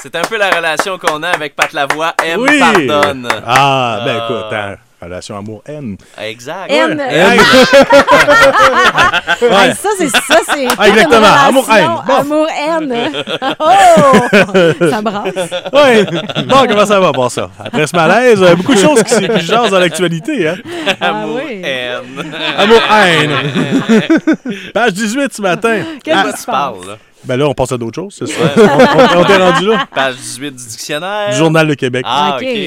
C'est un peu la relation qu'on a avec Pat Lavoie. M Oui! pardonne. Ah, ben Ah. écoute, hein, relation amour-haine. Exact. M. Hey. Ouais. Hey, ça, c'est ça, c'est. Ah, exactement. Amour-haine. Bof. Amour-haine. oh! Ça brasse. Ouais. Bon, comment ça va pour ça? Après ce malaise, euh, beaucoup de choses qui, se- qui se jasent dans l'actualité. Hein? Ah Amour, oui. haine. Amour-haine. Page 18 ce matin. Ah, Qu'est-ce Quoi qui tu se passe? parles, là? Ben là, on passe à d'autres choses, c'est ça. Ouais. On, on t'est rendu là. Page 18 du dictionnaire. Du Journal de Québec. Ah, Ok. OK.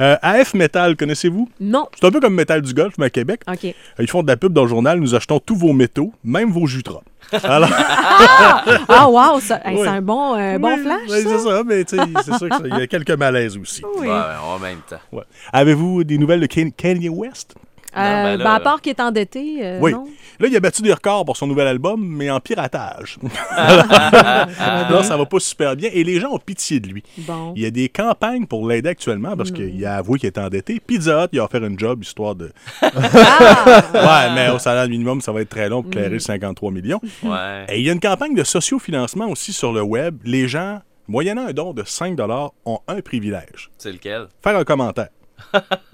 Euh, AF Metal, connaissez-vous? Non. C'est un peu comme Metal du Golf, mais à Québec. OK. Euh, Ils font de la pub dans le journal. Nous achetons tous vos métaux, même vos jutras. Alors, Ah, wow! ça- hey, Oui. C'est un bon, euh, bon flash, Ouais, ça? c'est ça, mais tu sais, c'est sûr qu'il y a quelques malaises aussi. Oui. Euh, Ouais, en même temps. Ouais. Avez-vous des nouvelles de Ken- Kanye West? Euh, ben là- ben, à part qu'il est endetté, euh, oui. non? Là, il a battu des records pour son nouvel album, mais en piratage. Là, ça va pas super bien. Et les gens ont pitié de lui. Ah. Bon. Mm. Il y a des campagnes pour l'aider actuellement parce qu'il a avoué qu'il est endetté. Pizza Hut, il a offert une job histoire de. Ah! ouais, mais au salaire minimum, ça va être très long pour Mm. clairer 53 millions. Ouais. Et il y a une campagne de sociofinancement aussi sur le web. Les gens, moyennant un don de 5 ont un privilège C'est lequel? faire un commentaire.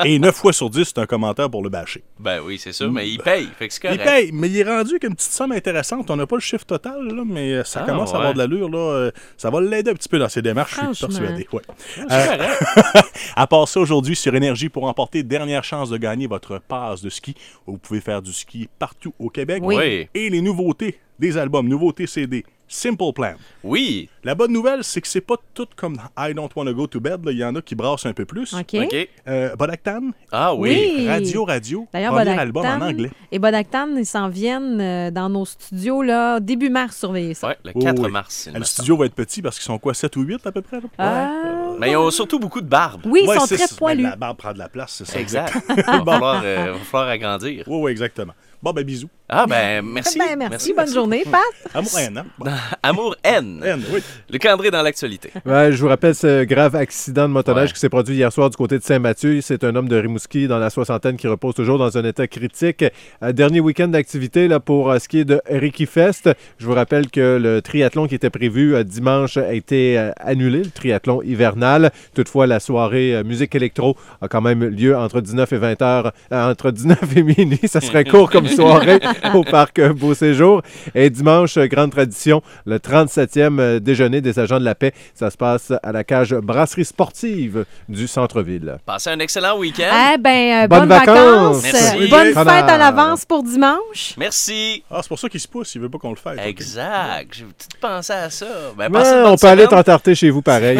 Et 9 fois sur 10, c'est un commentaire pour le bâcher. Ben oui, c'est sûr, mais il paye. Fait que c'est Il correct. paye, mais il est rendu avec une petite somme intéressante. On n'a pas le chiffre total, là, mais euh, ça Ah, commence à ouais. avoir de l'allure. là. Euh, Ça va l'aider un petit peu dans ses démarches, je suis Franchement. persuadé. ouais. Euh, C'est correct. À part ça, aujourd'hui, sur Énergie, pour emporter dernière chance de gagner votre passe de ski, vous pouvez faire du ski partout au Québec. Oui. Oui. Et les nouveautés des albums, nouveautés CD, Simple Plan. Oui. La bonne nouvelle, c'est que c'est pas tout comme I Don't Wanna Go To Bed. là. Il y en a qui brassent un peu plus. OK. OK. Euh, Bodactan, Ah oui. Oui. Radio Radio, premier D'ailleurs, Bodactan album en anglais. et Bodactan, ils s'en viennent euh, dans nos studios là, début mars, surveillez ça. Ouais, le Oui, 4 oui. mars. il me Le semble. studio va être petit parce qu'ils sont quoi, 7 ou 8 à peu près? là? Ah, Mais ils ont surtout beaucoup de barbe. oui, ils Ouais, sont c'est- très ben, poilus. La barbe prend de la place, c'est ça. Exact. Il va falloir, euh, va falloir agrandir. Oui, oui, exactement. Bon, ben bisous. Ah ben Ah merci. ben, merci. Bonne journée, Pat. Amour, haine, hein? Bon, Amour haine. haine, oui. Le calendrier dans l'actualité. Ouais, je vous rappelle ce grave accident de motoneige Ouais. qui s'est produit hier soir du côté de Saint-Mathieu. C'est un homme de Rimouski dans la soixantaine qui repose toujours dans un état critique. Euh, dernier week-end d'activité là, pour euh, ce qui est de Ricky Fest. Je vous rappelle que le triathlon qui était prévu euh, dimanche a été euh, annulé, le triathlon hivernal. Toutefois, la soirée euh, musique électro a quand même lieu entre 19 et 20 heures, euh, entre 19 et minuit. Ça serait court comme soirée au parc euh, Beau Séjour. Et dimanche, euh, grande tradition, le 37e euh, déjeuner des agents de la paix. Ça se passe à la cage Brasserie sportive du centre-ville. Passez un excellent week-end. Eh ben, euh, Bonnes bonnes vacances. vacances. Hein? Merci. Euh, Bonne fête Bye-bye. à l'avance pour dimanche. Merci. Ah, c'est pour ça qu'il se pousse, il veut pas qu'on le fasse. Exact. J'ai tout pensé à ça. Ben, Ouais, passez une bonne Ah, on peut aller semaine. t'entarter chez vous pareil.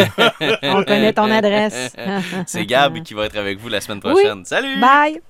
On connaît ton adresse. C'est Gab qui va être avec vous la semaine prochaine. Salut. Bye.